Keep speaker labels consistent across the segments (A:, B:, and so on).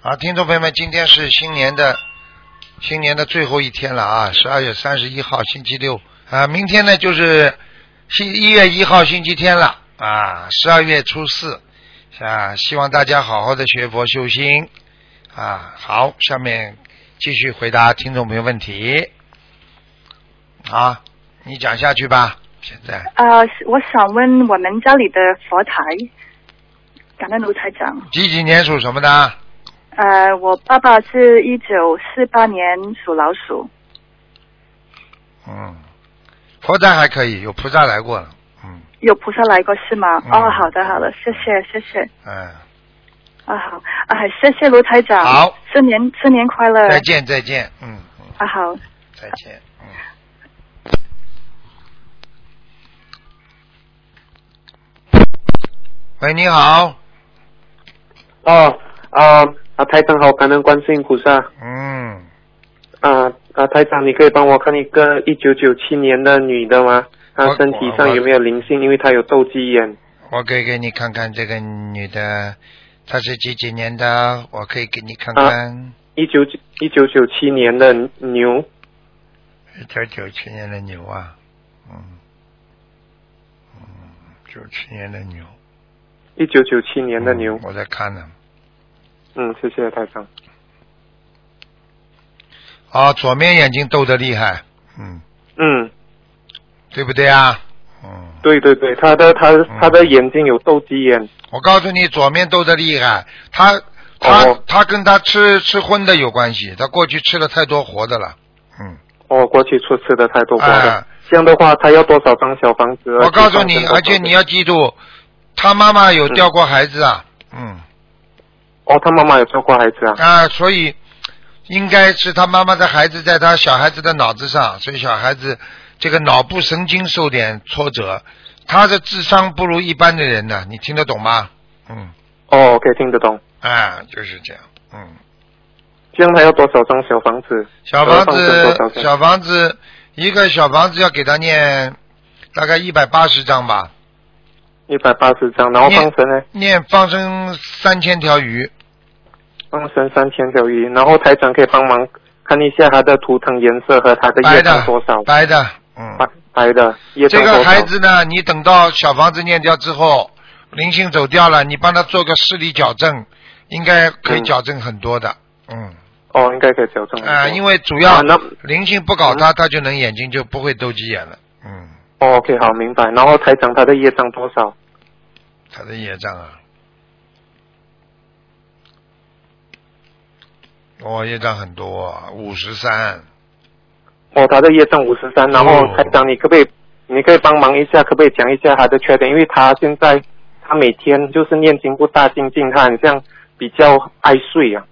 A: 好，听众朋友们，今天是新年的新年的最后一天了啊，十二月三十一号星期六啊，明天呢就是星一月一号星期天了啊，十二月初四啊，希望大家好好的学佛修心啊。好，下面继续回答听众朋友问题。啊，你讲下去吧，现在
B: 呃，我想问我们家里的佛台，感恩卢台长。
A: 几几年属什么的？
B: 呃，我爸爸是一九四八年属老鼠，
A: 嗯，佛台还可以，有菩萨来过了，嗯
B: 有菩萨来过是吗？
A: 嗯
B: 哦，好的好的，谢谢谢谢
A: 嗯，
B: 啊好啊，谢谢卢台长。
A: 好，
B: 新年新年快乐。
A: 再见再见，嗯嗯。
B: 啊好。
A: 再见。嗯。喂，你好。
C: 哦，啊、啊，台长好，感恩观世音菩萨。
A: 嗯，
C: 啊啊，台长，你可以帮我看一个一九九七年的女的吗？她
A: 我
C: 身体上有没有灵性？因为她有斗鸡眼。
A: 我可以给你看看这个女的，她是几几年的？我可以给你看
C: 啊
A: 看。
C: 一九九一九九七年的牛，
A: 一九九七年的牛啊，嗯，嗯，九七年的牛。
C: 一九九七年的牛
A: 嗯。我在看呢。
C: 嗯，谢谢台长。
A: 啊，左面眼睛斗得厉害，嗯，
C: 嗯，
A: 对不对啊？嗯。
C: 对对对，她的她她的眼睛有斗鸡眼。
A: 我告诉你，左面斗得厉害，他他、
C: 哦
A: 他跟他吃吃荤的有关系，他过去吃了太多活的了。嗯，
C: 哦，过去出吃的太多活了。
A: 哎，
C: 这样的话，她要多少张小房子？啊
A: 我告诉你，而且你
C: 要
A: 要记住，他妈妈有掉过孩子啊，嗯
C: 哦，她妈妈有照顾孩子啊。
A: 啊，所以应该是他妈妈的孩子在他小孩子的脑子上，所以小孩子这个脑部神经受点挫折，他的智商不如一般的人呢、你听得懂吗？嗯，
C: 哦，OK，听得懂。
A: 啊，就是这样，嗯。
C: 这样她要多少张小房子？
A: 小房
C: 呃放生多少
A: 子，
C: 张
A: 小房子，一个小房子要给他念大概一百八十章吧，
C: 一百八十张，然后放生呢？
A: 念放生三千条鱼。
C: 放生三千条鱼，然后台长可以帮忙看一下它的图腾颜色和它的
A: 白
C: 叶
A: 的
C: 长多少，
A: 白的，嗯，
C: 白白的叶长
A: 这
C: 多少？
A: 个孩子呢，你等到小房子念掉之后，灵性走掉了，你帮他做个视力矫正，应该可以
C: 嗯
A: 矫正很多的，嗯，
C: 哦，应该可以矫正很多。
A: 啊，因为主
C: 啊
A: 要
C: 那
A: 灵性不搞他，他就能眼睛就不会斗鸡眼了，嗯，
C: 哦，OK，好，明白。然后台长他的业障多少？
A: 他的业障啊，哦，业障很多、啊，五十三。
C: 哦，他的业障五十三。然后
A: 哦
C: 台长，你可不可以，你可以帮忙一下，可不可以讲一下他的缺点？因为他现在他每天就是念经不大精进，他很像比较爱睡啊。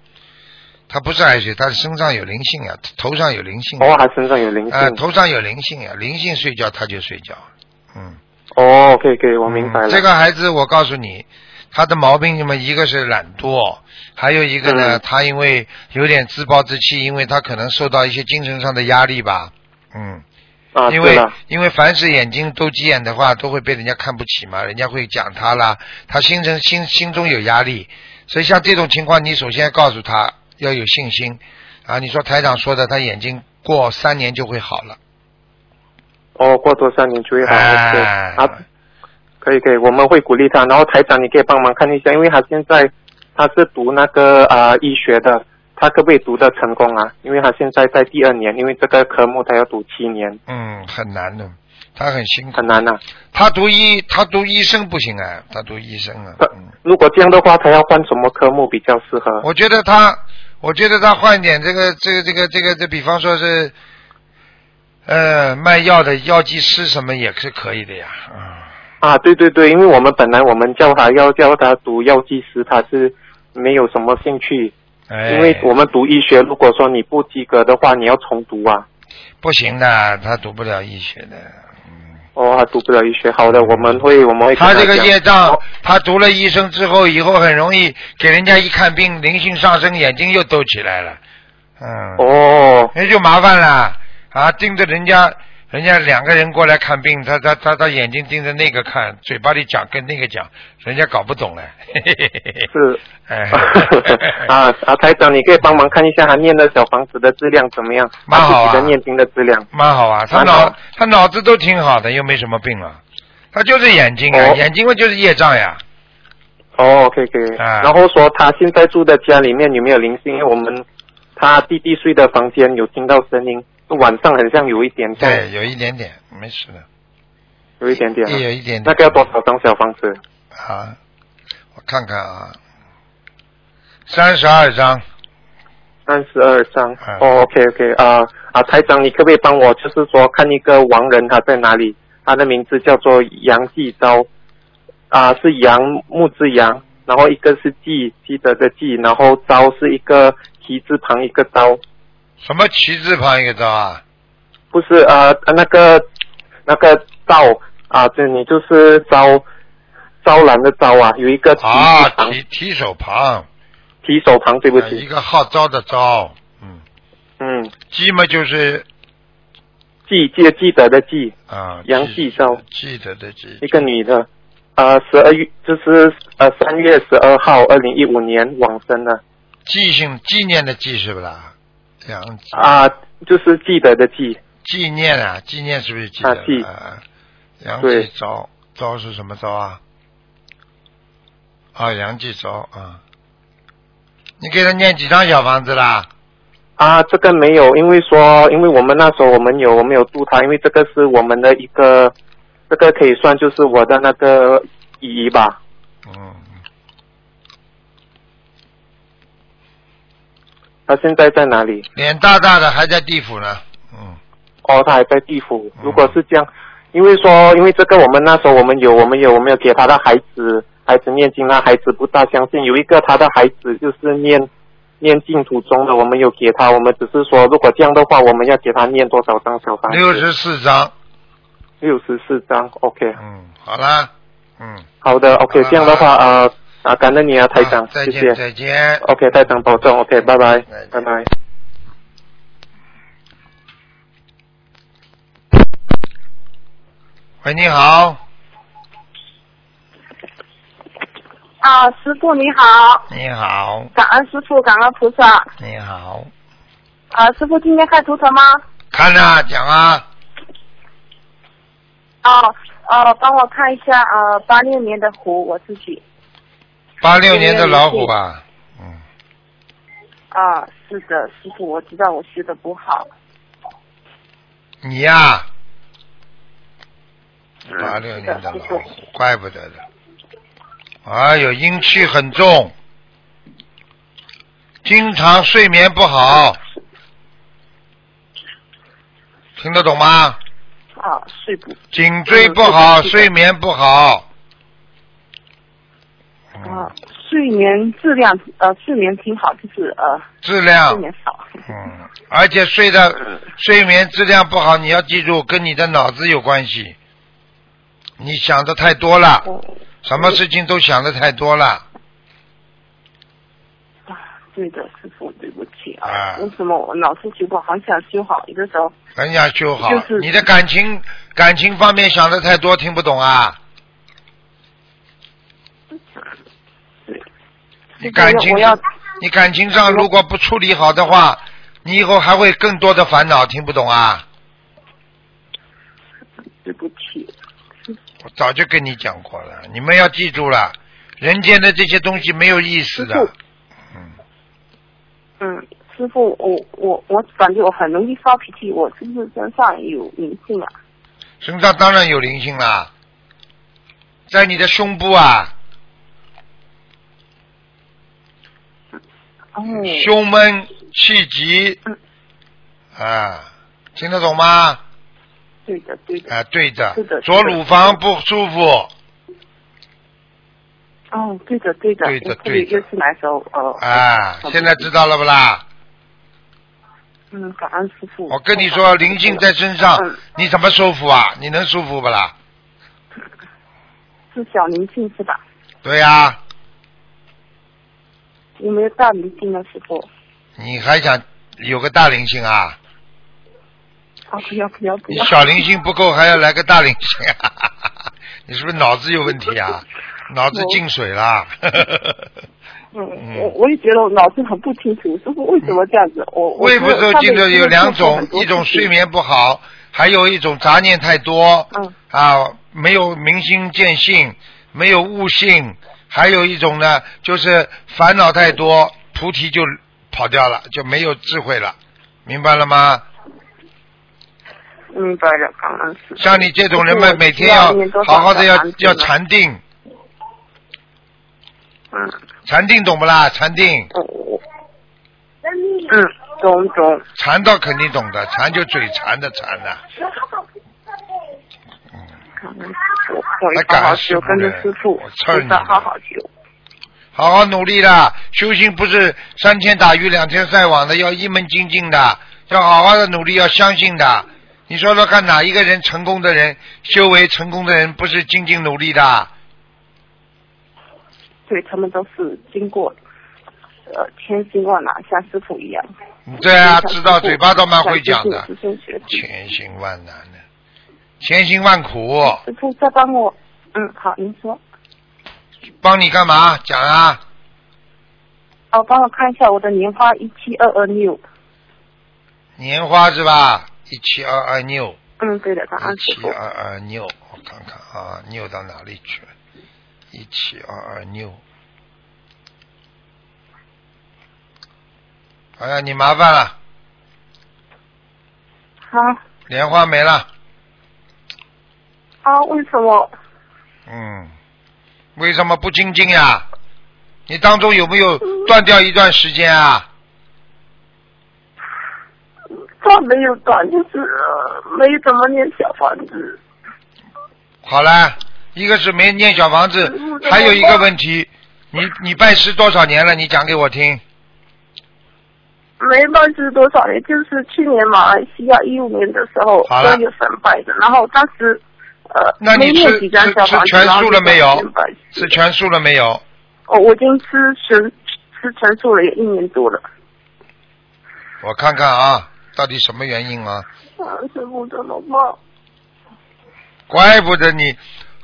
A: 他不是爱睡，他身上有灵性啊，头上有灵性啊，
C: 哦，他身上有灵性。
A: 啊头上有灵性啊，灵性睡觉他就睡觉，嗯，
C: 哦，OK，可以，我明白了。
A: 嗯这个孩子，我告诉你，他的毛病什么？一个是懒惰，还有一个呢，
C: 嗯
A: 他因为有点自暴自弃，因为他可能受到一些精神上的压力吧，嗯，
C: 啊，
A: 因
C: 对
A: 为
C: 了
A: 因为凡是眼睛斗鸡眼的话，都会被人家看不起嘛，人家会讲他啦，他心中心心中有压力，所以像这种情况，你首先要告诉他要有信心啊。你说台长说的，他眼睛过三年就会好了，
C: 哦，过多三年就会好一些。
A: 哎
C: 啊，可以可以，我们会鼓励他。然后台长，你可以帮忙看一下，因为他现在他是读那个啊、医学的，他可不可以读的成功啊？因为他现在在第二年，因为这个科目他要读七年，
A: 嗯，很难的，他很辛苦。
C: 很难呐、啊。
A: 他读医，他读医生不行啊，他读医生啊。
C: 他
A: 嗯，
C: 如果这样的话，他要换什么科目比较适合？
A: 我觉得他，我觉得他换点这个这个这个这个这，比方说是，呃，卖药的药剂师什么也是可以的呀，嗯。
C: 啊，对对对，因为我们本来我们叫他要叫他读药剂师，他是没有什么兴趣，
A: 哎，
C: 因为我们读医学，如果说你不及格的话，你要重读啊。
A: 不行的，他读不了医学的。
C: 哦，他读不了医学，好的，我们会我们会跟
A: 他这个
C: 讲
A: 业障
C: 哦，
A: 他读了医生之后，以后很容易给人家一看病，灵性上升，眼睛又斗起来了。嗯，
C: 哦
A: 那就麻烦了啊！盯着人家人家两个人过来看病，他他他他眼睛盯着那个看，嘴巴里讲跟那个讲，人家搞不懂嘞。嘿嘿嘿嘿嘿
C: 是
A: 哎，
C: 啊啊，台长，你可以帮忙看一下他念的小房子的质量怎么样？
A: 蛮好啊
C: 他自己的念经的质量。
A: 蛮好啊，他
C: 蛮好
A: 脑他脑子都挺好的，又没什么病啊。他就是眼睛啊，
C: 哦
A: 眼睛嘛就是业障呀。
C: 哦，OK OK、
A: 啊
C: 然后说他现在住的家里面有没有灵性？因为我们他弟弟睡的房间有听到声音，晚上很像有一点像，
A: 对，有一点点，没事的，
C: 有一点点啊、
A: 也有一点点。
C: 那个要多少张小房子？
A: 啊，我看看啊，三十二张，
C: 三十二张
A: 啊。
C: 哦，OK OK 啊、啊，台长，你可不可以帮我就是说看一个亡人他在哪里？他的名字叫做杨继昭，啊、是杨木之杨，然后一个是记记得的记，然后昭是一个提字旁一个昭，
A: 什么旗字旁一个招啊？
C: 不是呃那个那个昭啊，这你就是昭昭然的昭啊，有一个提
A: 啊，
C: 字旁
A: 提提手旁，
C: 提手旁，对不
A: 啊一
C: 起，
A: 个号召的召，嗯，
C: 嗯，
A: 记嘛就是
C: 记记记得的记。
A: 啊，
C: 杨继昭，
A: 记得的记，
C: 一个女的，呃，十二月就是呃三月十二号，二零一五年往生的
A: 记性纪念的记是不啦？杨继
C: 啊、就是记得的记，
A: 纪念啊，纪念是不是记得
C: 啊记
A: 了？啊杨
C: 对
A: 继昭，昭是什么昭啊？啊，杨继昭啊，你给他念几张小房子啦？
C: 啊，这个没有，因为说因为我们那时候我们有我们有度他，因为这个是我们的一个，这个可以算就是我的那个姨姨吧，
A: 嗯，
C: 她现在在哪里？
A: 脸大大的还在地府呢。嗯，
C: 哦，她还在地府
A: 嗯。
C: 如果是这样，因为说因为这个我们那时候我们有我们有我们有给她的孩子孩子念经，那孩子不大相信，有一个她的孩子就是念。念净土中的，我们有给他，我们只是说，如果这样的话，我们要给他念多少张小房子？
A: 六十四张。
C: 六十四张，OK，
A: 嗯，好啦。嗯，
C: 好的，OK，
A: 好
C: 这样的话，啊啊，感恩你啊，台
A: 啊
C: 长，
A: 再
C: 谢
A: 见，
C: 谢
A: 再见。
C: ，OK，台长保重，OK，拜拜
A: 再见，
C: 拜拜。
A: 喂，你好，
D: 啊，师傅你好，
A: 你好，
D: 感恩师傅，感恩菩萨。
A: 你好，
D: 啊，师傅今天看图腾吗？
A: 看啊，讲啊，
D: 哦，呃，帮我看一下，呃，八六年的虎，我自己。
A: 八六年的老虎啊。嗯，
D: 啊，是的，师傅，我知道我学的不好。
A: 你呀、8八
D: 嗯
A: 六
D: 是
A: 年的
D: 的，
A: 老
D: 师傅
A: 虎。，怪不得的。哎呦，阴气很重，经常睡眠不好，听得懂吗？
D: 啊，睡不，
A: 颈椎不好，
D: 嗯是的是的
A: 睡眠不好。
D: 啊
A: 嗯，，
D: 睡眠质量，呃，睡眠挺好，就是呃，
A: 质
D: 睡
A: 量，
D: 眠嗯少。
A: 嗯，而且睡的睡眠质量不好，你要记住，跟你的脑子有关系。你想的太多了，
D: 哦，
A: 什么事情都想的太多了。
D: 啊，对的，师傅，对不起
A: 啊
D: 啊，为什么我老是觉得好想修好，有的时候
A: 人家修好，
D: 就是
A: 你的感情感情方面想的太多，听不懂啊？
D: 对。
A: 你感情
D: 我要
A: 你感情上如果不处理好的话，你以后还会更多的烦恼，听不懂啊？
D: 对不起，
A: 我早就跟你讲过了，你们要记住了，人间的这些东西没有意思的
D: 师父。
A: 嗯，
D: 嗯，师傅，我我我感觉我很容易发脾气，我是不是身上有灵性啊？
A: 身上当然有灵性啦，在你的胸部啊、
D: 哦，
A: 胸闷、气急
D: 嗯，
A: 啊，听得懂吗？
D: 对的对的，
A: 啊，对的
D: 是的，
A: 左
D: 是的
A: 乳房不舒服
D: 哦，对的对的，
A: 对的
D: 我特别
A: 对的
D: 月经来的时候，呃，
A: 啊，现在知道了不啦？
D: 嗯，感恩师傅。
A: 我跟你说，灵性在身上
D: 嗯，
A: 你怎么舒服啊？你能舒服不啦？
D: 是小灵性是吧？
A: 对呀、
D: 有没有大灵性呢，师傅？
A: 你还想有个大灵性啊？
D: 啊，不要不要不
A: 你
D: 要！
A: 小灵性不够，还要来个大灵性，啊 你是不是脑子有问题啊？脑子进水 了，
D: 嗯
A: 嗯，
D: 我我也觉得我脑子很不清楚，师傅为什么这样子？我我
A: 胃不受进水有两种，一种睡。
D: 我上辈子做过很多事情
A: 眠不好，还有一种杂念太多
D: 嗯
A: 啊，没有明心见性，没有悟性，还有一种呢就是烦恼太多，菩提就跑掉了，就没有智慧了，明白了吗？
D: 明白了，感恩师父
A: 像你这种人
D: 就是
A: 们，
D: 我
A: 每天
D: 知道
A: 要
D: 念多少
A: 好好的要
D: 小房子
A: 要
D: 了
A: 禅定，
D: 嗯，
A: 禅定懂不啦？禅定。
D: 我我嗯，懂懂。
A: 馋倒肯定懂的，馋就嘴馋的啊馋呐、
D: 感恩师父我会好好修，跟着师傅
A: 还感恩师父呢我操你
D: 菩萨好好修。
A: 好好努力啦，修行不是三天打鱼两天晒网的，要一门精进的，要好好的努力，要相信的。你说说看，哪一个人成功的人，修为成功的人，不是精进努力的？
D: 对他们都是经过呃千辛万难，像师傅一样。
A: 对啊，
D: 像
A: 知
D: 师父
A: 道嘴巴倒蛮会讲的
D: 像，师父学习
A: 千辛万难的，千辛万苦，
D: 师傅再帮我，嗯，好，您说，
A: 帮你干嘛？讲啊，
D: 哦，帮我看一下我的莲花一七二二六，
A: 年花是吧？一七二二六。
D: 嗯，对的，刚刚
A: 一
D: 师
A: 七
D: 傅，
A: 二二六，我看看啊，六到哪里去了？一七二二六。哎呀，你麻烦了，
D: 啊
A: 莲花没了。
D: 啊，为什么？
A: 嗯，为什么不精进呀？你当中有没有断掉一段时间啊？
D: 倒没有短，就是、呃没怎么念小房子。
A: 好了，一个是没念小房子
D: 嗯，
A: 还有一个问题，你你拜师多少年了？你讲给我听。
D: 没办是多少年，就是去年马来西亚一五年的时候
A: 好了
D: 都有神拜的，然后当时呃
A: 那你
D: 没
A: 吃
D: 念几张
A: 吃
D: 小
A: 吃
D: 房子，
A: 全
D: 然后
A: 素
D: 就
A: 了没有
D: 神拜
A: 吃全素了没有？
D: 哦，我已经吃全吃全素了，也一年多了。
A: 我看看啊，到底什么原因啊？
D: 啊，师傅怎么办？
A: 怪不得你，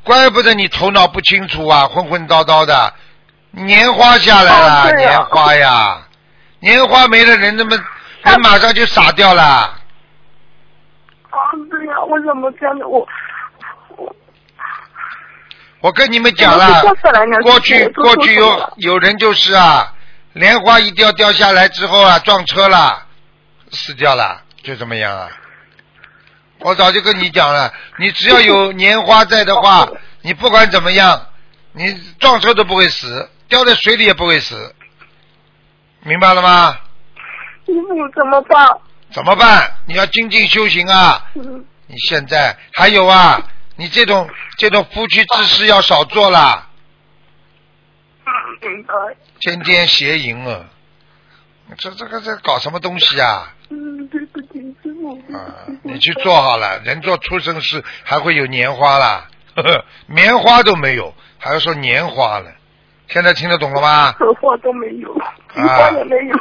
A: 怪不得你头脑不清楚啊，混混叨叨的。年花下来了，
D: 哦对啊
A: 年花呀，年花没了，人他妈人马上就傻掉了。
D: 啊，对呀、为什么这样的？我
A: 我跟你们讲了
D: 我都是过色来鸟，
A: 过去
D: 我都
A: 过
D: 说
A: 去
D: 错
A: 有
D: 了
A: 有人就是啊，莲花一掉掉下来之后啊，撞车了，死掉了，就这么样啊。我早就跟你讲了，你只要 有莲花在的话，你不管怎么样，你撞车都不会死，掉在水里也不会死，明白了吗？
D: 师傅怎么办？
A: 怎么办？你要精进修行啊！
D: 嗯
A: 你现在还有啊，你这种这种夫妻之事要少做啦。
D: 嗯，明白。
A: 天天邪淫啊！这这个这搞什么东西啊？
D: 嗯，对不起，师傅。
A: 啊，你去做好了，人做畜生事还会有年花啦， 呵呵，棉花都没有，还要说年花了。现在听得懂了吗？
D: 荷花都没有，菊花
A: 啊
D: 也没有。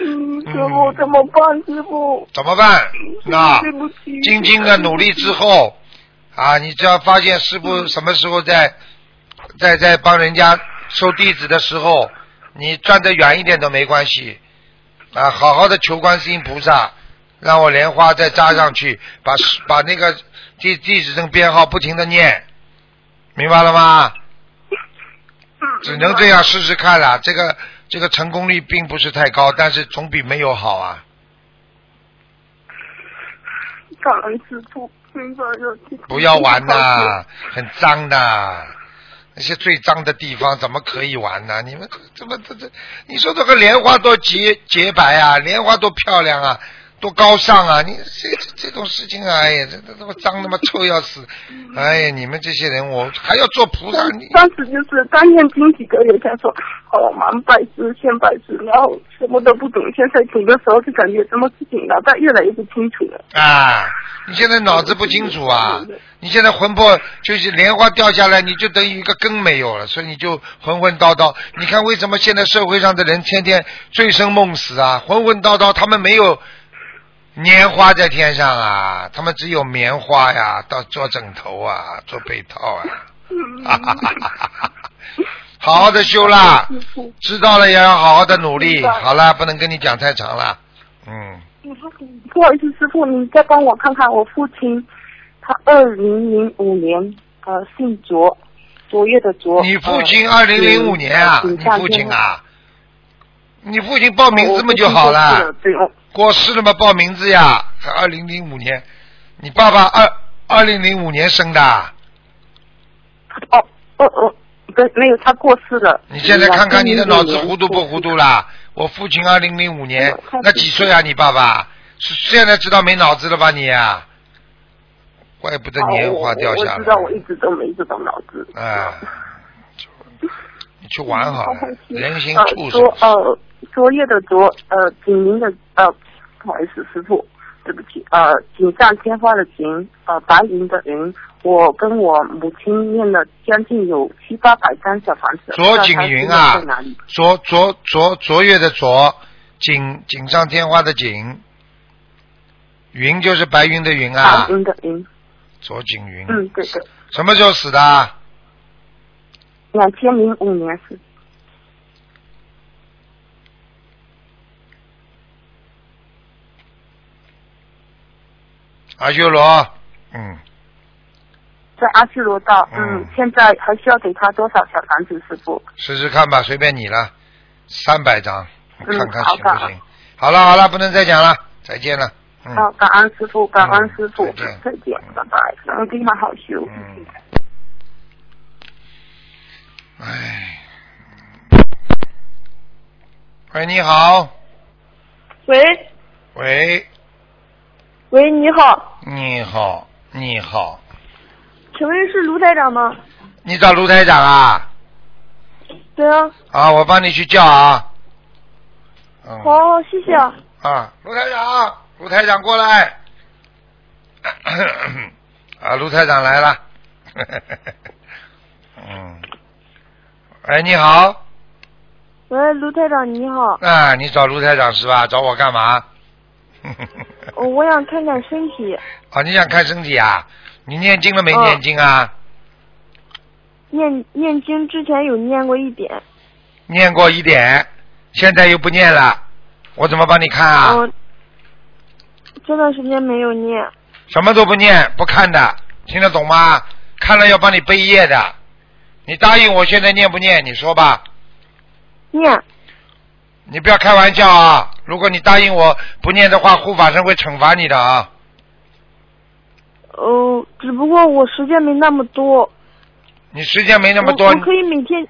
D: 嗯，师傅怎么办？师傅，
A: 怎么办？那
D: 对不起。
A: 精进的努力之后，啊，你只要发现师傅什么时候在在在帮人家收弟子的时候，你站得远一点都没关系，啊，好好的求观世音菩萨，让我莲花再扎上去，把师把那个弟弟子证编号不停的念，明白了吗？只能这样试试看啦，这个这个成功率并不是太高，但是总比没有好啊。
D: 感恩师傅，明白了。
A: 不要玩 呐、很脏的，那些最脏的地方怎么可以玩呢、你们怎么这这？你说这个莲花多洁洁白啊，莲花多漂亮啊，多高尚啊！你这这这种事情啊，哎呀，这这这么脏，他妈臭要死！哎呀，你们这些人，我还要做菩萨，你
D: 当时就是刚念经几个月，他说好忙拜师，先拜师，然后什么都不懂。现在读的时候就感觉什么事情脑袋越来越不清楚了。
A: 啊，你现在脑子不清楚啊！你现在魂魄就是莲花掉下来，你就等于一个根没有了，所以你就浑浑叨叨。你看为什么现在社会上的人天天醉生梦死啊，浑浑叨叨，他们没有拈花在天上啊，他们只有棉花呀，到做枕头啊，做被套啊， 哈哈哈哈哈！好好的修啦，
D: 师傅，
A: 知道了也要好好的努力。
D: 明白
A: 好了，不能跟你讲太长了，嗯，
D: 不好意思，师傅，你再帮我看看我父亲，他二零零五年，呃，姓卓，卓越的卓。
A: 你父亲
D: 呃
A: 二零零五年啊，
D: 请
A: 你
D: 下
A: 父亲
D: 面
A: 啊，你父亲报名字嘛
D: 我
A: 就好
D: 父亲
A: 了
D: 过世。对，我
A: 过世了吗？报名字呀，二零零五年，你爸爸二二零零五年生的啊，
D: 哦哦哦，不，没有，他过世了。
A: 你现在看看你的脑子
D: 2005年
A: 糊涂不糊涂啦？我父亲二零零五年
D: 我看，
A: 那几岁啊？你爸爸是现在知道没脑子了吧你啊？怪不得年华掉下
D: 哦我我我知
A: 来
D: 道，我一直都没这种脑子。
A: 啊！你去玩好了，人形
D: 呃
A: 畜生
D: 卓。呃卓越的卓呃景明的呃，不好意思，师傅，对不起，呃锦上添花的锦呃白云的云，我跟我母亲念了将近有七八百张小房子。
A: 卓景云啊
D: 不知道她现在在哪里？
A: 卓卓卓卓越的卓，锦锦上添花的锦，云就是白云的云啊
D: 白，云的云，
A: 卓景云。
D: 嗯，对对，
A: 什么时候死的啊？
D: 两千零五年是。
A: 阿修罗，嗯，
D: 在阿修罗道，嗯，
A: 嗯
D: 现在还需要给他多少小房子，师傅？
A: 试试看吧，随便你了，三百张，你
D: 嗯
A: 看看
D: 好
A: 行不
D: 的
A: 行？好了好了，不能再讲了，再见了，嗯
D: 好、感恩师傅，感恩师傅，
A: 嗯再见
D: 再见，拜拜，感恩地方好修。
A: 嗯，哎，喂，你好，
E: 喂
A: 喂，
E: 喂，你好，
A: 你好，你好，
E: 请问是卢台长吗？
A: 你找卢台长啊？
E: 对啊，
A: 啊，我帮你去叫啊，嗯，
E: 好，谢谢啊。
A: 啊，卢台长，卢台长过来。 啊，卢台长来了。 嗯，哎，你好，
E: 喂，卢台长你好，
A: 啊，你找卢台长是吧？找我干嘛？
E: 哦我想看看身体，
A: 哦，你想看身体啊？你念经了
E: 哦
A: 没念经啊？
E: 念念经之前有念过一点，
A: 念过一点，现在又不念了，我怎么帮你看啊？
E: 嗯、这段时间没有念，
A: 什么都不念，不看的，听得懂吗？看了要帮你背业的。你答应我现在念不念？你说吧。
E: 念
A: 你不要开玩笑啊！如果你答应我不念的话，护法神会惩罚你的啊！
E: 哦，只不过我时间没那么多，
A: 你时间没那么多
E: 我，我可以每天，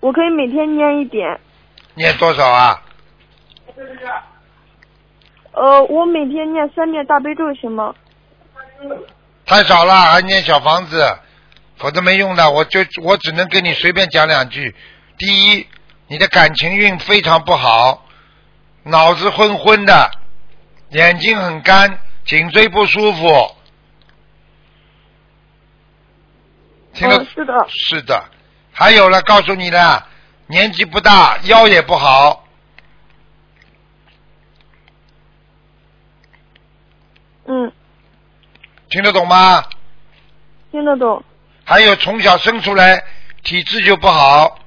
E: 我可以每天念一点，
A: 念多少啊？
E: 呃，我每天念三遍大悲咒行吗？
A: 太少了，还念小房子，否则没用的。我就我只能跟你随便讲两句。第一，你的感情运非常不好，脑子昏昏的，眼睛很干，颈椎不舒服。听得
E: 嗯，是的，
A: 是的，还有了，告诉你了，年纪不大，腰也不好，
E: 嗯，
A: 听得懂吗？
E: 听得懂，
A: 还有从小生出来体质就不好，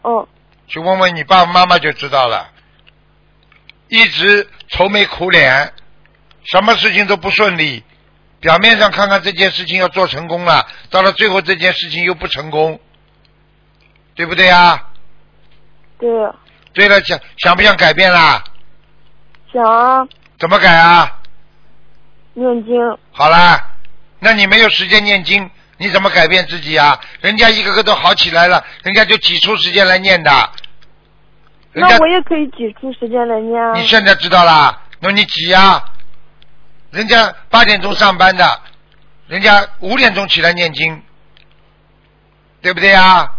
E: 哦，
A: 去问问你爸爸妈妈就知道了。一直愁眉苦脸，什么事情都不顺利，表面上看看这件事情要做成功了，到了最后这件事情又不成功，对不对啊？
E: 对，
A: 对了，想想不想改变啦？
E: 想啊，
A: 怎么改啊？
E: 念经，
A: 好啦，那你没有时间念经，你怎么改变自己啊？人家一个个都好起来了，人家就挤出时间来念的。人家
E: 那我也可以挤出时间来念啊。
A: 你现在知道啦？那你挤呀、人家八点钟上班的，人家五点钟起来念经，对不对啊？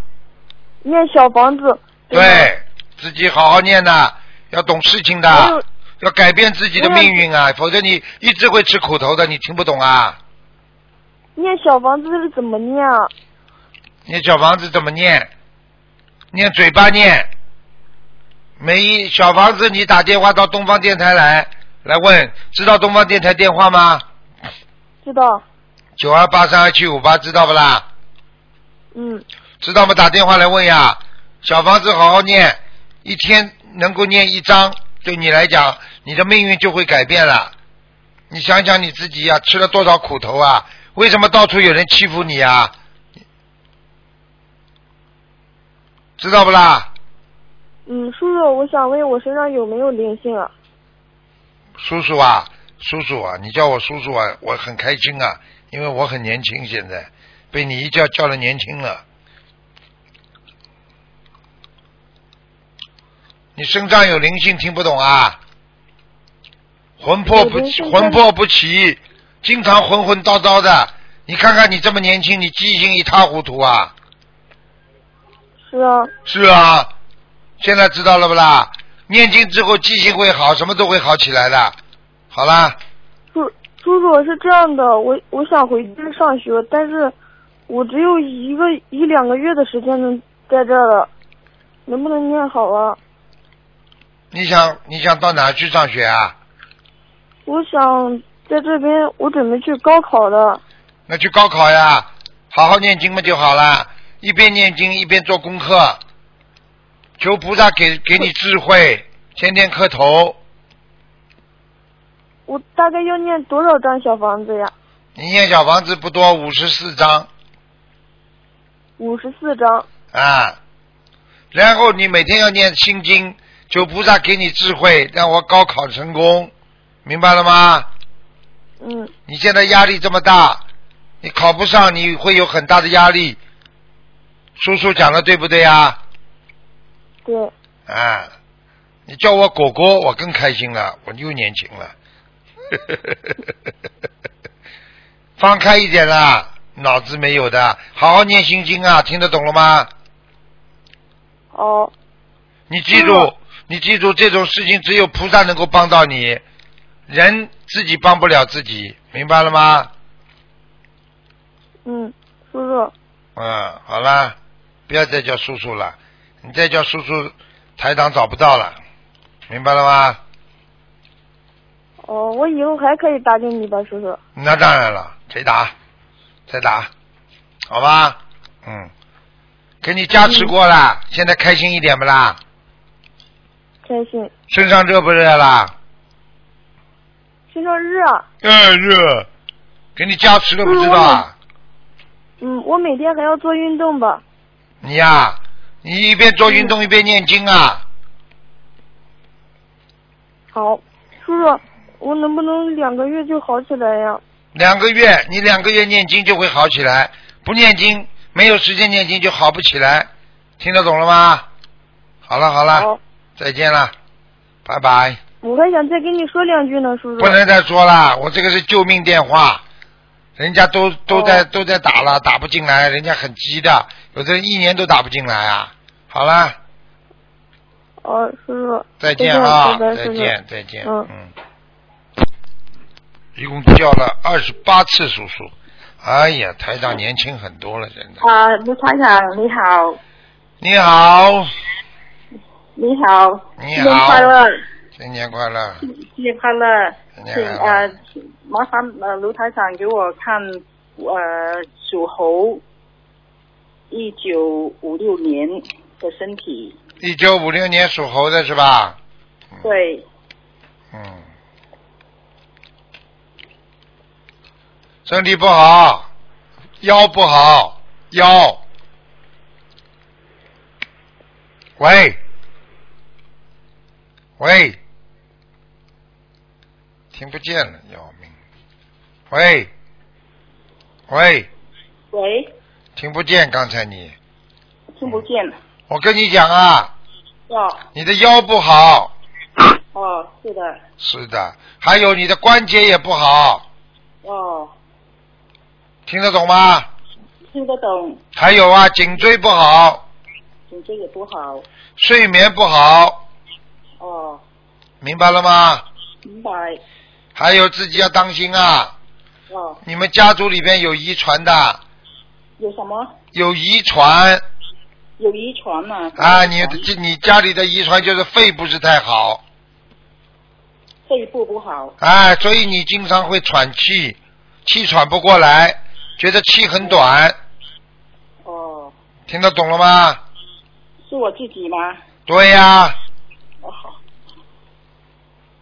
E: 念小房子。哎吧
A: 对，自己好好念呐、要懂事情
E: 还有
A: 的，要改变自己的
E: 没有
A: 命运啊，否则你一直会吃苦头的。你听不懂啊？
E: 念小房子是怎么念啊？
A: 你小房子怎么念？念嘴巴念，每一小房子，你打电话到东方电台来来问，知道东方电台电话吗？
E: 知道，
A: 九二八三二七五八，知道不啦？
E: 嗯，
A: 知道吗？打电话来问呀。小房子好好念，一天能够念一张，对你来讲，你的命运就会改变了。你想想你自己呀、吃了多少苦头啊？为什么到处有人欺负你啊？知道不啦？
E: 嗯，叔叔，我想问我身上有没有灵性啊？
A: 叔叔啊，叔叔啊，你叫我叔叔啊，我很开心啊，因为我很年轻，现在被你一叫叫了年轻了。你身上有灵性，听不懂啊？魂魄不
E: 有灵性
A: 魂魄不齐，经常混混叨叨的。你看看你这么年轻，你记性一塌糊涂啊！
E: 是啊，
A: 是啊，现在知道了不啦？念经之后记性会好，什么都会好起来的。好啦，
E: 叔叔叔是这样的，我我想回去上学，但是我只有一个一两个月的时间能在这儿了，能不能念好啊？
A: 你想你想到哪去上学啊？
E: 我想在这边，我准备去高考的。
A: 那去高考呀，好好念经嘛就好啦。一边念经一边做功课，求菩萨给给你智慧，天天磕头。
E: 我大概要念多少张小房子呀？
A: 你念小房子不多，五十四章
E: 五十四张。
A: 啊，然后你每天要念心经，求菩萨给你智慧，让我高考成功，明白了吗？
E: 嗯，
A: 你现在压力这么大，你考不上你会有很大的压力。叔叔讲的对不对啊呀？
E: 对，
A: 啊，你叫我果果，我更开心了，我又年轻了。 放开一点啦，脑子没有的，好好念心经啊，听得懂了吗？
E: 哦，
A: 你记住，你记住，这种事情只有菩萨能够帮到你，人自己帮不了自己，明白了吗？
E: 嗯，叔叔，
A: 嗯，好啦，不要再叫叔叔了，你再叫叔叔，台长找不到了，明白了吗？
E: 哦，我以后还可以打给你吧，叔叔。
A: 那当然了，谁打？再打，好吧？嗯，给你加持过了，现在开心一点不啦？
E: 开心，
A: 身上热不热啦？
E: 身上热啊。
A: 嗯，热。给你加持了不知道啊？
E: 嗯，我每天还要做运动吧。
A: 你呀、你一边做运动一边念经啊！
E: 好，叔叔，我能不能两个月就好起来呀？
A: 两个月，你两个月念经就会好起来，不念经没有时间念经就好不起来，听得懂了吗？好了好了，
E: 好，
A: 再见了，拜拜。
E: 我还想再跟你说两句呢，叔叔。
A: 不能再说了，我这个是救命电话，人家都都在、
E: 哦
A: 都在打了，打不进来，人家很急的，有的人一年都打不进来啊。好了，
E: 哦，叔叔。
A: 再见啊，
E: 再见
A: 再
E: 叔叔
A: 见再见，
E: 嗯
A: 嗯。一共叫了二十八次叔叔，哎呀，台长年轻很多了，真的。
F: 啊，卢台长你好，
A: 你好，
F: 你好，
A: 你好
F: 新年快乐，
A: 新年快乐，
F: 新年快乐，
A: 新年
F: 请
A: 快
F: 呃
A: 乐。，
F: 麻烦呃卢台长给我看呃属猴，一九五六年的身体，
A: 一九五六年属猴的是吧？
F: 对，
A: 嗯。身体不好，腰不好，腰。喂，喂，听不见了，要命！喂，喂，
F: 喂，
A: 听不见，刚才你，
F: 听不见，
A: 我跟你讲啊，
F: 哦
A: 你的腰不好，
F: 哦，是的，
A: 是的，还有你的关节也不好，
F: 哦，
A: 听得懂吗？
F: 听得懂，
A: 还有啊，颈椎不好，
F: 颈椎也不好，
A: 睡眠不好，
F: 哦，
A: 明白了吗？
F: 明白，
A: 还有自己要当心啊，
F: 哦，
A: 你们家族里边有遗传的，
F: 有什么？
A: 有遗传，
F: 有遗传嘛？
A: 啊，你这你家里的遗传就是肺不是太好，
F: 肺部不好，
A: 啊，所以你经常会喘气，气喘不过来，觉得气很短，
F: 哦，
A: 听得懂了吗？
F: 是我自己吗？
A: 对呀、
F: 哦，好，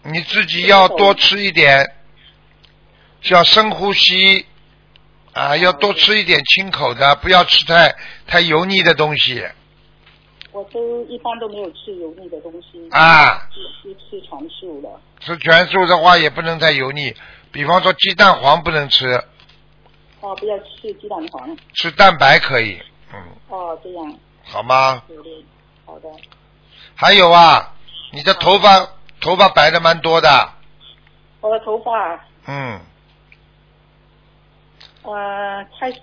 A: 你自己要多吃一点，要深呼吸，啊，要多吃一点清口的，不要吃太太油腻的东西
F: 我都一般都没有吃油腻的东西，
A: 啊。
F: 只吃吃全素了。
A: 吃全素的话也不能太油腻，比方说鸡蛋黄不能吃，
F: 哦，不要吃鸡蛋黄。
A: 吃蛋白可以，嗯，
F: 哦，这样
A: 好吗？
F: 有的，好的。
A: 还有啊，你的头发头发白的蛮多的，
F: 我的头发
A: 嗯，
F: 呃开始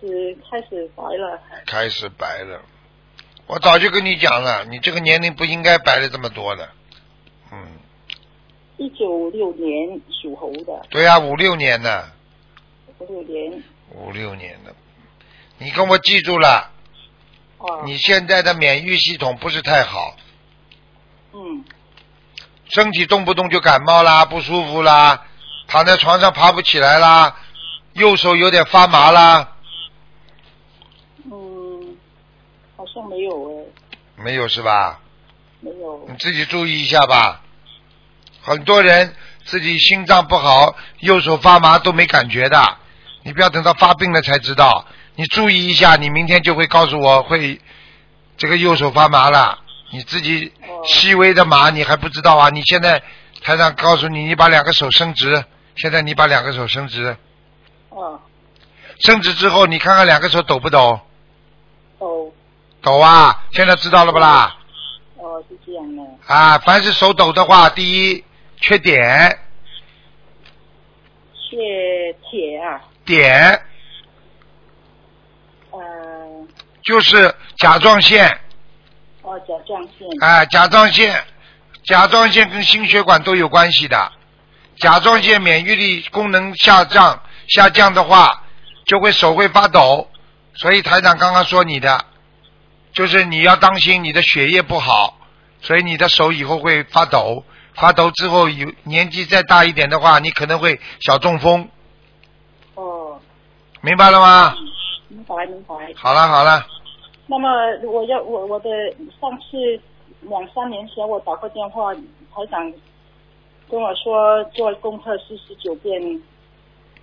F: 开始白了，
A: 开始白了。我早就跟你讲了，你这个年龄不应该白了这么多的，嗯。
F: 一九六年属猴的，
A: 对呀、五六年的，
F: 六年
A: 五六年的，你跟我记住了，
F: 哦，
A: 你现在的免疫系统不是太好，
F: 嗯，
A: 身体动不动就感冒啦、不舒服啦，躺在床上爬不起来啦，右手有点发麻啦，
F: 嗯，好像没有哎，
A: 没有是吧？
F: 没有
A: 你自己注意一下吧。很多人自己心脏不好，右手发麻都没感觉的，你不要等到发病了才知道。你注意一下，你明天就会告诉我会这个右手发麻了。你自己
F: 哦
A: 细微的麻你还不知道啊？你现在台长告诉你，你把两个手伸直，现在你把两个手伸直，
F: 哦，
A: 伸直之后你看看两个手抖不抖？
F: 哦
A: 抖啊！现在知道了不啦？
F: 哦是这样的，
A: 啊，凡是手抖的话，第一缺碘，
F: 缺铁啊，
A: 碘
F: 呃，
A: 就是甲状腺，
F: 哦甲状腺，
A: 啊，甲状腺，甲状腺跟心血管都有关系的。甲状腺免疫力功能下降，下降的话，就会手会发抖。所以台长刚刚说你的，就是你要当心你的血液不好，所以你的手以后会发抖，发抖之后有年纪再大一点的话，你可能会小中风，
F: 哦，
A: 明白了吗？
F: 明白明白。
A: 好了好了，
F: 那么我要我我的上次两三年前我打过电话，台长跟我说做功课四十九遍，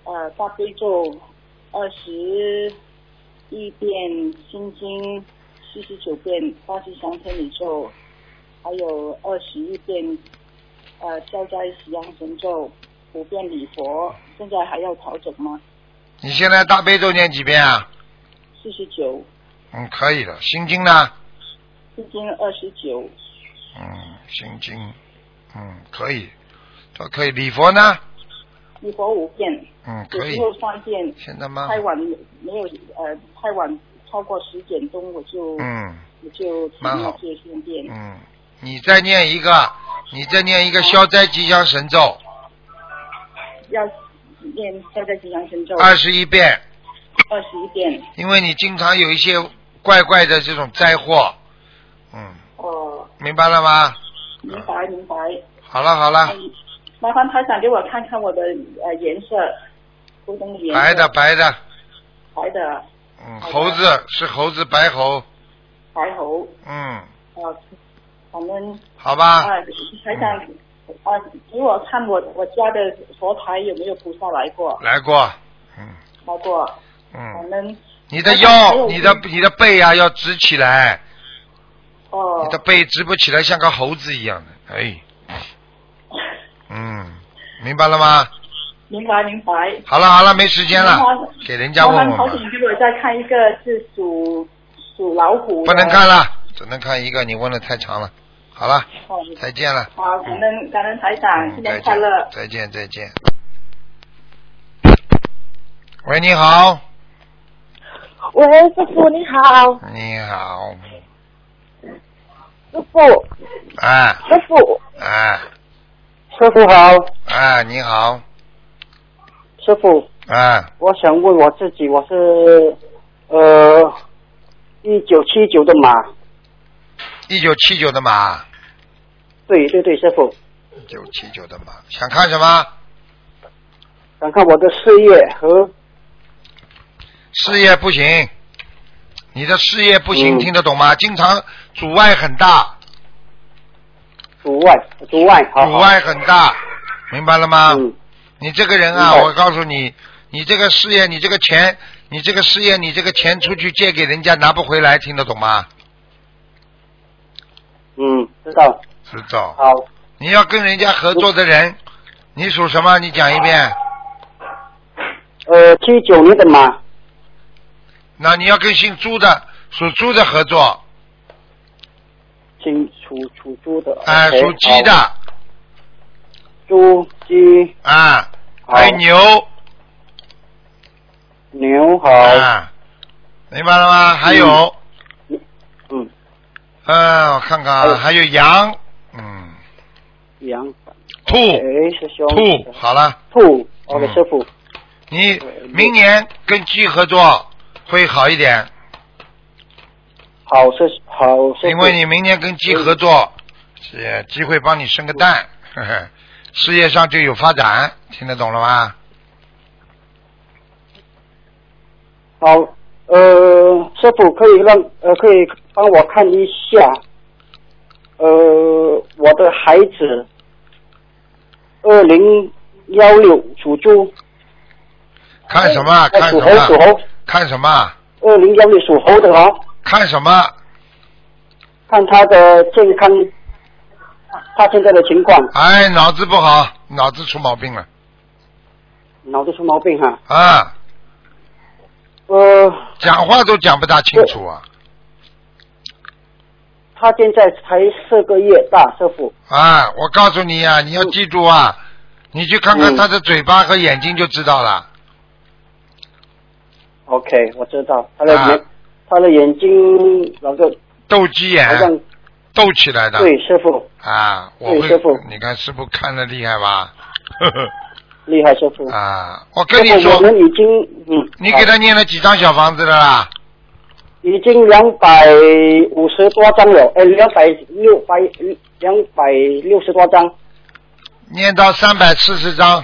F: 呃大悲咒二十一遍，心经四十九遍，八十三天宇宙，还有二十一遍呃消灾吉祥神咒，五遍礼佛，现在还要调整吗？
A: 你现在大悲咒念几遍啊？
F: 四十九，
A: 嗯，可以了。心经呢？
F: 心经二十九，
A: 嗯，心经，嗯，可以，都可以。礼佛呢？
F: 礼佛五遍。
A: 嗯，
F: 有
A: 可以啊
F: 时。候三点，
A: 现在蛮好
F: 太。晚没有呃，太晚超过十点钟我就、
A: 嗯
F: 我就停
A: 蛮好
F: 了这充电。
A: 嗯，你再念一个，你再念一个消灾吉祥神咒
F: 要念消灾吉祥神咒
A: 二十一遍，
F: 二十一遍
A: 因为你经常有一些怪怪的这种灾祸。嗯，
F: 哦，
A: 明白了吗？嗯
F: 明白明白。
A: 好了好了，
F: 嗯麻烦台长给我看看我的呃颜色，图腾的颜色。
A: 白的白的，
F: 白的
A: 嗯，
F: 好的
A: 猴子是猴子白猴，
F: 白猴
A: 嗯，
F: 呃，反正
A: 好吧，
F: 啊台长
A: 嗯
F: 啊给我看我我家的佛台有没有菩萨来过
A: 来过，嗯
F: 来过，
A: 嗯，
F: 反正
A: 你的
F: 哎还
A: 腰、
F: 有嗯
A: 你的你的背啊要直起来。
F: 哦。
A: 你的背直不起来，像个猴子一样的，哎，嗯，明白了吗？
F: 明白明白。
A: 好了好了，没时间了
F: 麻烦，
A: 给人家问问
F: 嗯麻烦
A: 吧
F: 好，请给我再看一个是属属老虎的。
A: 不能看了，只能看一个，你问的太长了。好了，
F: 好。
A: 再见了，
F: 好，感恩感恩台长，嗯啊新
A: 嗯，
F: 年
A: 再
F: 快
A: 见
F: 乐。，
A: 再见再见。喂，你好，
E: 喂，师傅你好，
A: 你好，
E: 师傅，
A: 哎
E: 师傅，
A: 哎
G: 师傅好，
A: 哎，你好，
G: 师傅，
A: 哎，
G: 我想问我自己，我是呃一九七九的马，
A: 一九七九的马，
G: 对对对，师傅，
A: 一九七九的马，想看什么？
G: 想看我的事业和
A: 事业不行，你的事业不行，
G: 嗯
A: 听得懂吗？经常阻碍很大，
G: 阻碍，阻碍，好好
A: 阻碍很大，明白了吗？
G: 嗯，
A: 你这个人啊，
G: 明白
A: 我告诉你，你这个事业，你这个钱，你这个事业，你这个钱出去借给人家拿不回来，听得懂吗？
G: 嗯，知道，
A: 知道。
G: 好，
A: 你要跟人家合作的人，你属什么？你讲一遍。
G: 呃，七九年的马，
A: 那你要跟姓朱的、属猪的合作，
G: 姓属属猪的，
A: 哎、
G: OK，
A: 属鸡的，
G: 好，
A: 啊、
G: 猪鸡好
A: 还有啊牛，
G: 牛，好，
A: 啊，明白了吗？还有，
G: 嗯，
A: 嗯，我看看
G: 还
A: 啊，
G: 有
A: 还有羊，嗯，
G: 羊，
A: 兔，
G: 哎，师兄，
A: 兔，好了，
G: 兔，OK，
A: 嗯
G: 师傅，
A: 你
G: 对
A: 明年跟鸡合作会好一点，
G: 好师好师傅，
A: 因为你明年跟鸡合作，是鸡会帮你生个蛋，呵呵，事业上就有发展，听得懂了吗？
G: 好，呃，师傅可以让呃可以帮我看一下，呃，我的孩子，二零幺六属猪，
A: 看什么？啊
G: 呃
A: 看什
G: 属猴属
A: 么？
G: 猴，
A: 看什么？啊
G: 二零幺六属猴的哦，
A: 看什么？
G: 看他的健康，他现在的情况，
A: 哎，脑子不好，脑子出毛病了
G: 脑子出毛病哈，
A: 啊，
G: 呃，
A: 讲话都讲不大清楚啊
G: 他现在才四个月大，师傅，
A: 啊！我告诉你啊，你要记住啊，你去看看
G: 嗯
A: 他的嘴巴和眼睛就知道了。
G: OK，我知道他的
A: 啊
G: 眼、他的眼睛老是
A: 斗鸡
G: 好像
A: 眼，斗起来的
G: 对师傅
A: 啊！我
G: 对师
A: 会
G: 傅，
A: 你看师傅看的厉害 吧？呵呵
G: 厉害，师傅。
A: 啊！我跟你
G: 师傅我
A: 说，
G: 们已经嗯，
A: 你给
G: 好
A: 他念了几张小房子了啦？
G: 已经两百五十多张了，哎，两百六百两百六十多张，
A: 念到三百四十张，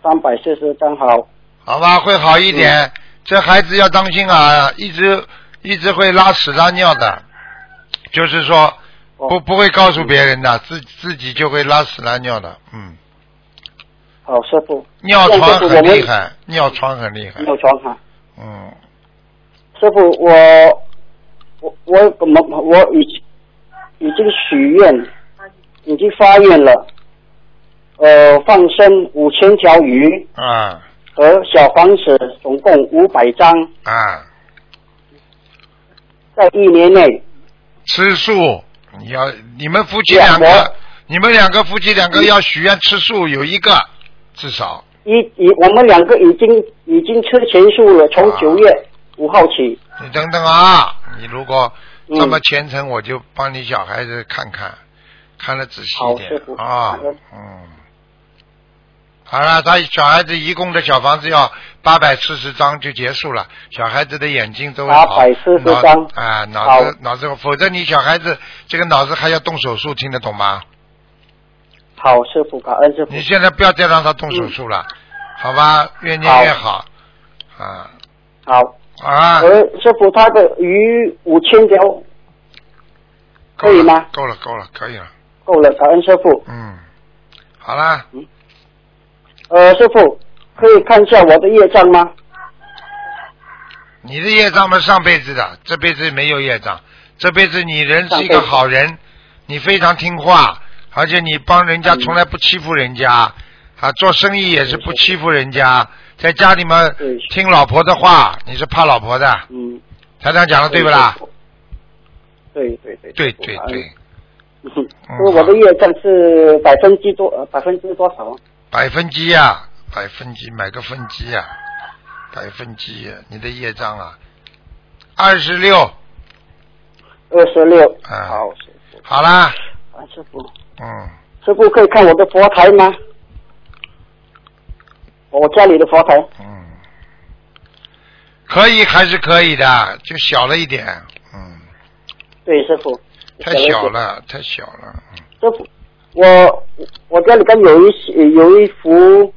G: 三百四十张好。
A: 好吧，会好一点。
G: 嗯
A: 这孩子要当心啊，一直一直会拉屎拉尿的，就是说
G: 哦
A: 不不会告诉别人的，自自己就会拉屎拉尿的，嗯，
G: 好，师傅，
A: 尿
G: 这样
A: 床
G: 师傅我
A: 很厉
G: 们
A: 害，尿床很厉害，
G: 尿床哈。
A: 嗯，
G: 师傅，我我我怎么我已已经许愿，已经发愿了，呃，放生五千条鱼
A: 啊
G: 和小房子，总共五百张，
A: 啊，
G: 在一年内。
A: 吃素，你要你们夫妻
G: 两
A: 两个
G: 个，
A: 你们两个夫妻两个要许愿吃素，有一个至少
G: 一已我们两个已经已经吃全素了，从
A: 啊
G: 九月五号起。
A: 你等等啊，你如果这么
G: 嗯
A: 虔诚，我就帮你小孩子看看，看得仔细一
G: 好
A: 点
G: 师傅
A: 啊
G: 好的，
A: 嗯。好了，他小孩子一共的小房子要八百四十张就结束了。小孩子的眼睛都会好
G: 840
A: 脑
G: 张
A: 啊，脑
G: 好
A: 子脑子，否则你小孩子这个脑子还要动手术，听得懂吗？
G: 好，师傅，感恩师傅
A: 你。现在不要再让他动手术了，
G: 嗯
A: 好吧？越念越好啊
G: 好，
A: 啊！
G: 而师傅他的鱼五千条
A: 够
G: 可以
A: 了
G: 吗
A: 够了，够了，可以了。
G: 够了，感恩师傅。
A: 嗯，好啦。
G: 呃，师傅可以看一下我的业障吗？
A: 你的业障嘛，上辈子的，这辈子没有业障。这辈子你人是一个好人，你非常听话，而且你帮人家从来不欺负人家，啊，做生意也是不欺负人家，在家里嘛
G: 对
A: 听老婆的话，你是怕老婆的。
G: 嗯，
A: 台长讲的啊对不啦？？
G: 对对对。
A: 对
G: 师傅
A: 对。
G: 感恩
A: 对，
G: 嗯哼那我的业障是百分之多，呃百分之多少？
A: 百分机呀、啊，百分机买个分机呀、百分机呀、你的业障啊，二十六，
G: 二十六。
A: 啊
G: 好，师傅，
A: 好啦，
G: 啊，师傅，
A: 嗯。
G: 师傅可以看我的佛台吗？我家里的佛台。
A: 嗯，可以还是可以的，就小了一点。嗯，
G: 对，师傅。
A: 太小了，太小了。
G: 师傅，我我家里边有一有一幅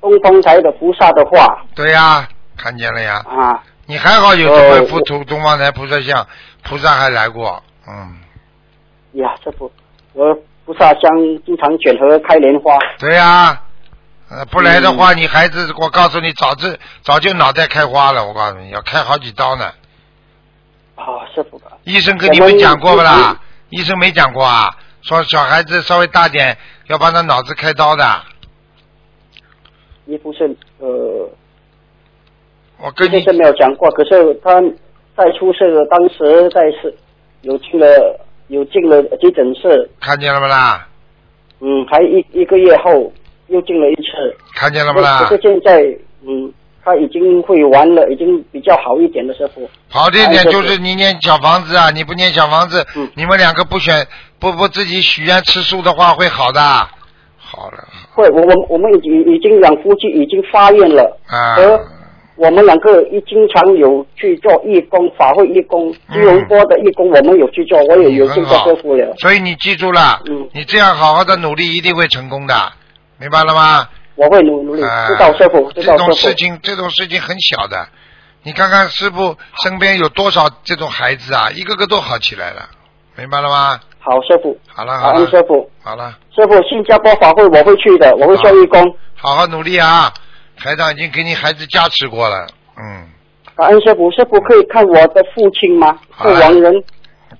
G: 东方台的菩萨的画
A: 对呀、看见了呀。
G: 啊，
A: 你还好有这
G: 呃
A: 幅图东方台菩萨像，菩萨还来过，嗯，
G: 呀，师傅，我菩萨香经常卷和开莲花。
A: 对呀、呃，不来的话，你孩子，我告诉你，早就早就脑袋开花了，我告诉你要开好几刀呢。
G: 啊，师傅，
A: 医生跟你们讲过不啦？医生没讲过啊，说小孩子稍微大点要帮他脑子开刀的。
G: 一不是呃，
A: 我跟
G: 这
A: 你
G: 是没有讲过，可是他在出事的当时在是有进了有进了急诊室，
A: 看见了不啦？
G: 嗯，还一一个月后又进了一次，
A: 看见了不
G: 可
A: 啦
G: 是？现在嗯，他已经会玩了，已经比较好一点了，师傅。
A: 好一点
G: 哎对
A: 就是你念小房子啊，你不念小房子，
G: 嗯
A: 你们两个不选不不自己许愿吃素的话会好的。好了
G: 会，我我我们已经已经两夫妻已经发愿了，
A: 啊，
G: 呃我们两个一经常有去做义工，法会义工，
A: 嗯
G: 吉隆坡的义工我们有去做，我也有
A: 很
G: 去做
A: 好
G: 师傅了，
A: 所以你记住了，
G: 嗯
A: 你这样好好的努力一定会成功的，明白了吗？
G: 我会努努力，
A: 啊
G: 嗯知道师傅，知
A: 这
G: 道
A: 种
G: 师
A: 事
G: 傅，
A: 情，这种事情很小的。你看看师傅身边有多少这种孩子啊，一个个都好起来了，明白了吗？
G: 好师傅，
A: 好了
G: 感
A: 好
G: 恩
A: 了
G: 师傅，
A: 好了，
G: 师傅新加坡法会我会去的，我会做义工，
A: 好好努力啊！台长已经给你孩子加持过了，嗯，
G: 感恩师傅，师傅可以看我的父亲吗？
A: 好
G: 是亡人，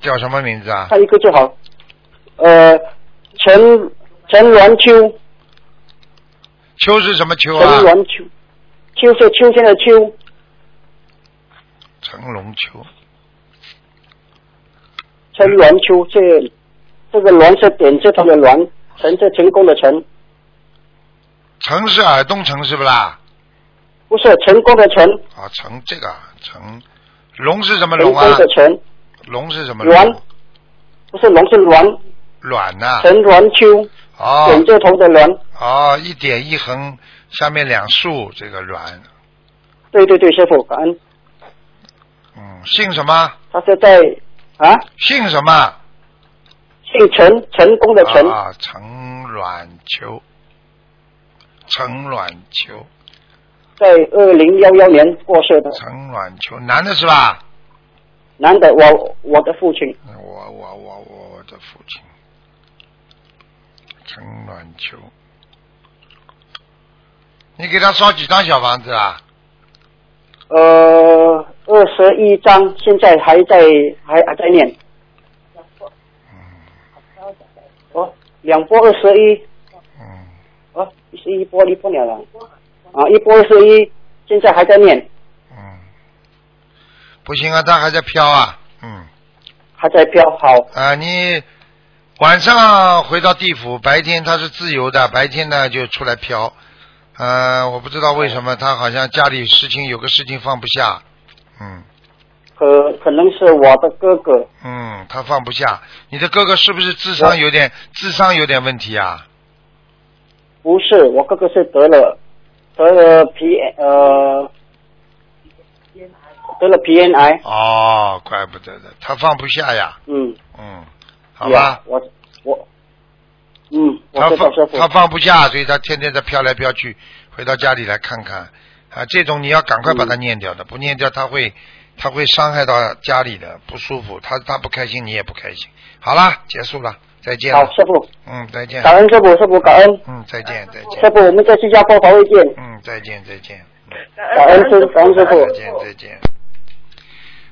A: 叫什么名字啊？
G: 看一个就好，呃，陈陈鸾秋，
A: 秋是什么秋
G: 陈
A: 啊？
G: 鸾秋，秋是秋天的秋，
A: 成龙秋，
G: 陈鸾秋是这个鸾是点字旁的鸾，陈是成功的成，
A: 成是耳东成是不啦？
G: 不是成功的成，
A: 啊，成这个成，龙是什么
G: 成
A: 龙
G: 功
A: 啊
G: 的？成，
A: 龙是什么
G: 鸾
A: 龙？
G: 不是龙是鸾，
A: 卵呐、
G: 陈鸾秋，点
A: 啊哦
G: 字头的鸾。
A: 哦，一点一横，下面两竖，这个卵，
G: 对对对，师傅，感恩。
A: 嗯，姓什么？
G: 他是在啊，
A: 姓什么？
G: 姓陈，成功的成，
A: 啊，陈卵球，陈卵球，
G: 在二零幺幺年过世的，
A: 陈卵球，男的是吧？
G: 男的，我我的父亲，
A: 我我我我我的父亲，陈卵球，你给他烧几张小房子啊？
G: 呃，二十一章，现在还在还还在念。哦，两波二十一。
A: 嗯，
G: 啊，是一波一波了了，啊，一波是一，现在还在念，
A: 嗯，不行啊，他还在飘啊，嗯
G: 还在飘，好，
A: 啊，你晚上回到地府，白天他是自由的，白天呢就出来飘，呃，我不知道为什么他好像家里事情有个事情放不下，嗯
G: 可可能是我的哥哥，
A: 嗯，他放不下。你的哥哥是不是智商有点智商有点问题啊？
G: 不是，我哥哥是得了得了皮呃得了皮炎癌，
A: 哦，怪不得的，他放不下呀，
G: 嗯，
A: 嗯，好
G: 呀
A: 吧，，
G: 我我，嗯，我
A: 他
G: 知道
A: 放
G: 师傅，
A: 他放不下，所以他天天在飘来飘去，回到家里来看看啊，这种你要赶快把它念掉的，不念掉他会他会伤害到家里的，不舒服，他他不开心，你也不开心。好啦，结束了，再见
G: 好
A: 了，
G: 师傅，
A: 嗯，再见，
G: 感恩师傅，师傅感恩，
A: 嗯，再见，再见，
G: 师傅，我们在新加坡法会见，
A: 嗯，再见，再见。
G: 感恩师感恩师傅
A: 再。见，再见。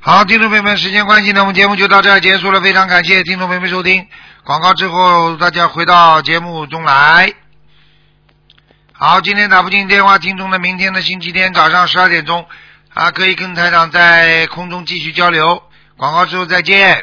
A: 好，听众朋友们，时间关系呢，我们节目就到这儿结束了。非常感谢听众朋友们收听广告之后，大家回到节目中来。好，今天打不进电话，听众呢，明天的星期天早上十二点钟啊，可以跟台长在空中继续交流。广告之后再见。